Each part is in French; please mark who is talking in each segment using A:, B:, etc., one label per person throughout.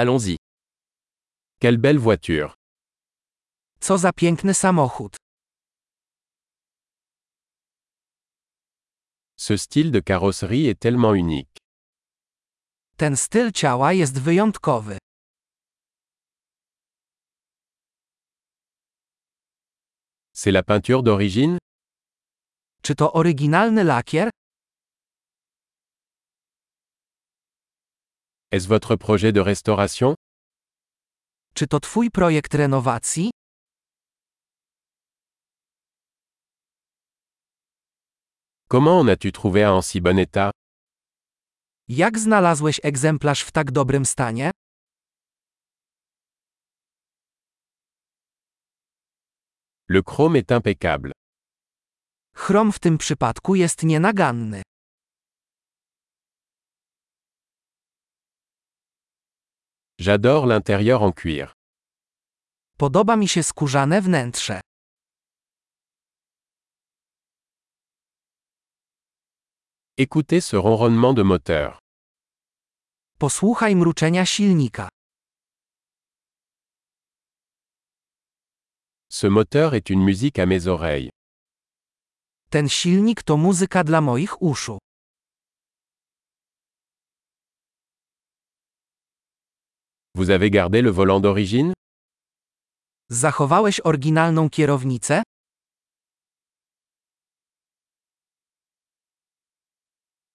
A: Allons-y. Quelle belle voiture.
B: Co za piękny samochód.
A: Ce style de carrosserie est tellement unique.
B: Ten styl ciała jest wyjątkowy.
A: C'est la peinture d'origine
B: Czy to oryginalny lakier?
A: Est-ce votre projet de restauration
B: Czy to Twój projekt renowacji?
A: Comment en as-tu trouvé un en si bon état
B: Jak znalazłeś egzemplarz w tak dobrym stanie?
A: Le chrome est impeccable.
B: Chrom w tym przypadku jest nienaganny.
A: J'adore l'intérieur en cuir.
B: Podoba mi się skórzane wnętrze.
A: Écoutez ce ronronnement de moteur.
B: Posłuchaj mruczenia silnika.
A: Ce moteur est une musique à mes oreilles.
B: Ten silnik to muzyka dla moich uszu.
A: Vous avez gardé le volant d'origine
B: Zachowałeś oryginalną kierownicę?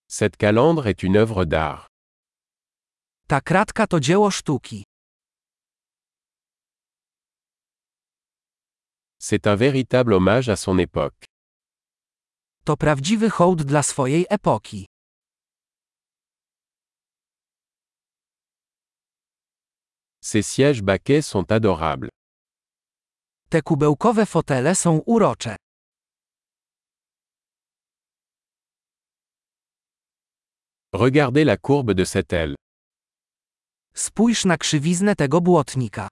A: Cette calandre est une œuvre d'art.
B: Ta kratka to dzieło sztuki.
A: C'est un véritable hommage à son époque.
B: To prawdziwy hołd dla swojej epoki.
A: Ces sièges baquets sont adorables.
B: Te kubełkowe fotele są urocze.
A: Regardez la courbe de cette aile.
B: Spójrz na krzywiznę tego błotnika.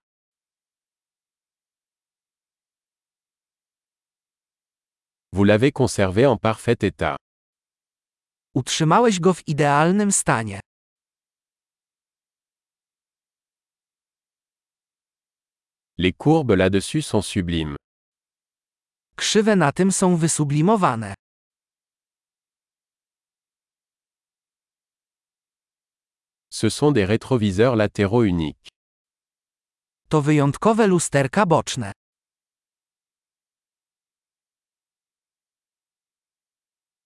A: Vous l'avez conservé en parfait état.
B: Utrzymałeś go w idealnym stanie.
A: Les courbes là-dessus sont sublimes.
B: Krzywe na tym są wysublimowane.
A: Ce sont des rétroviseurs latéraux uniques.
B: To wyjątkowe lusterka boczne.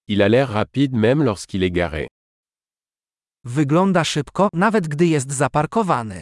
A: Il a l'air rapide même lorsqu'il est garé.
B: Wygląda szybko, nawet gdy jest zaparkowany.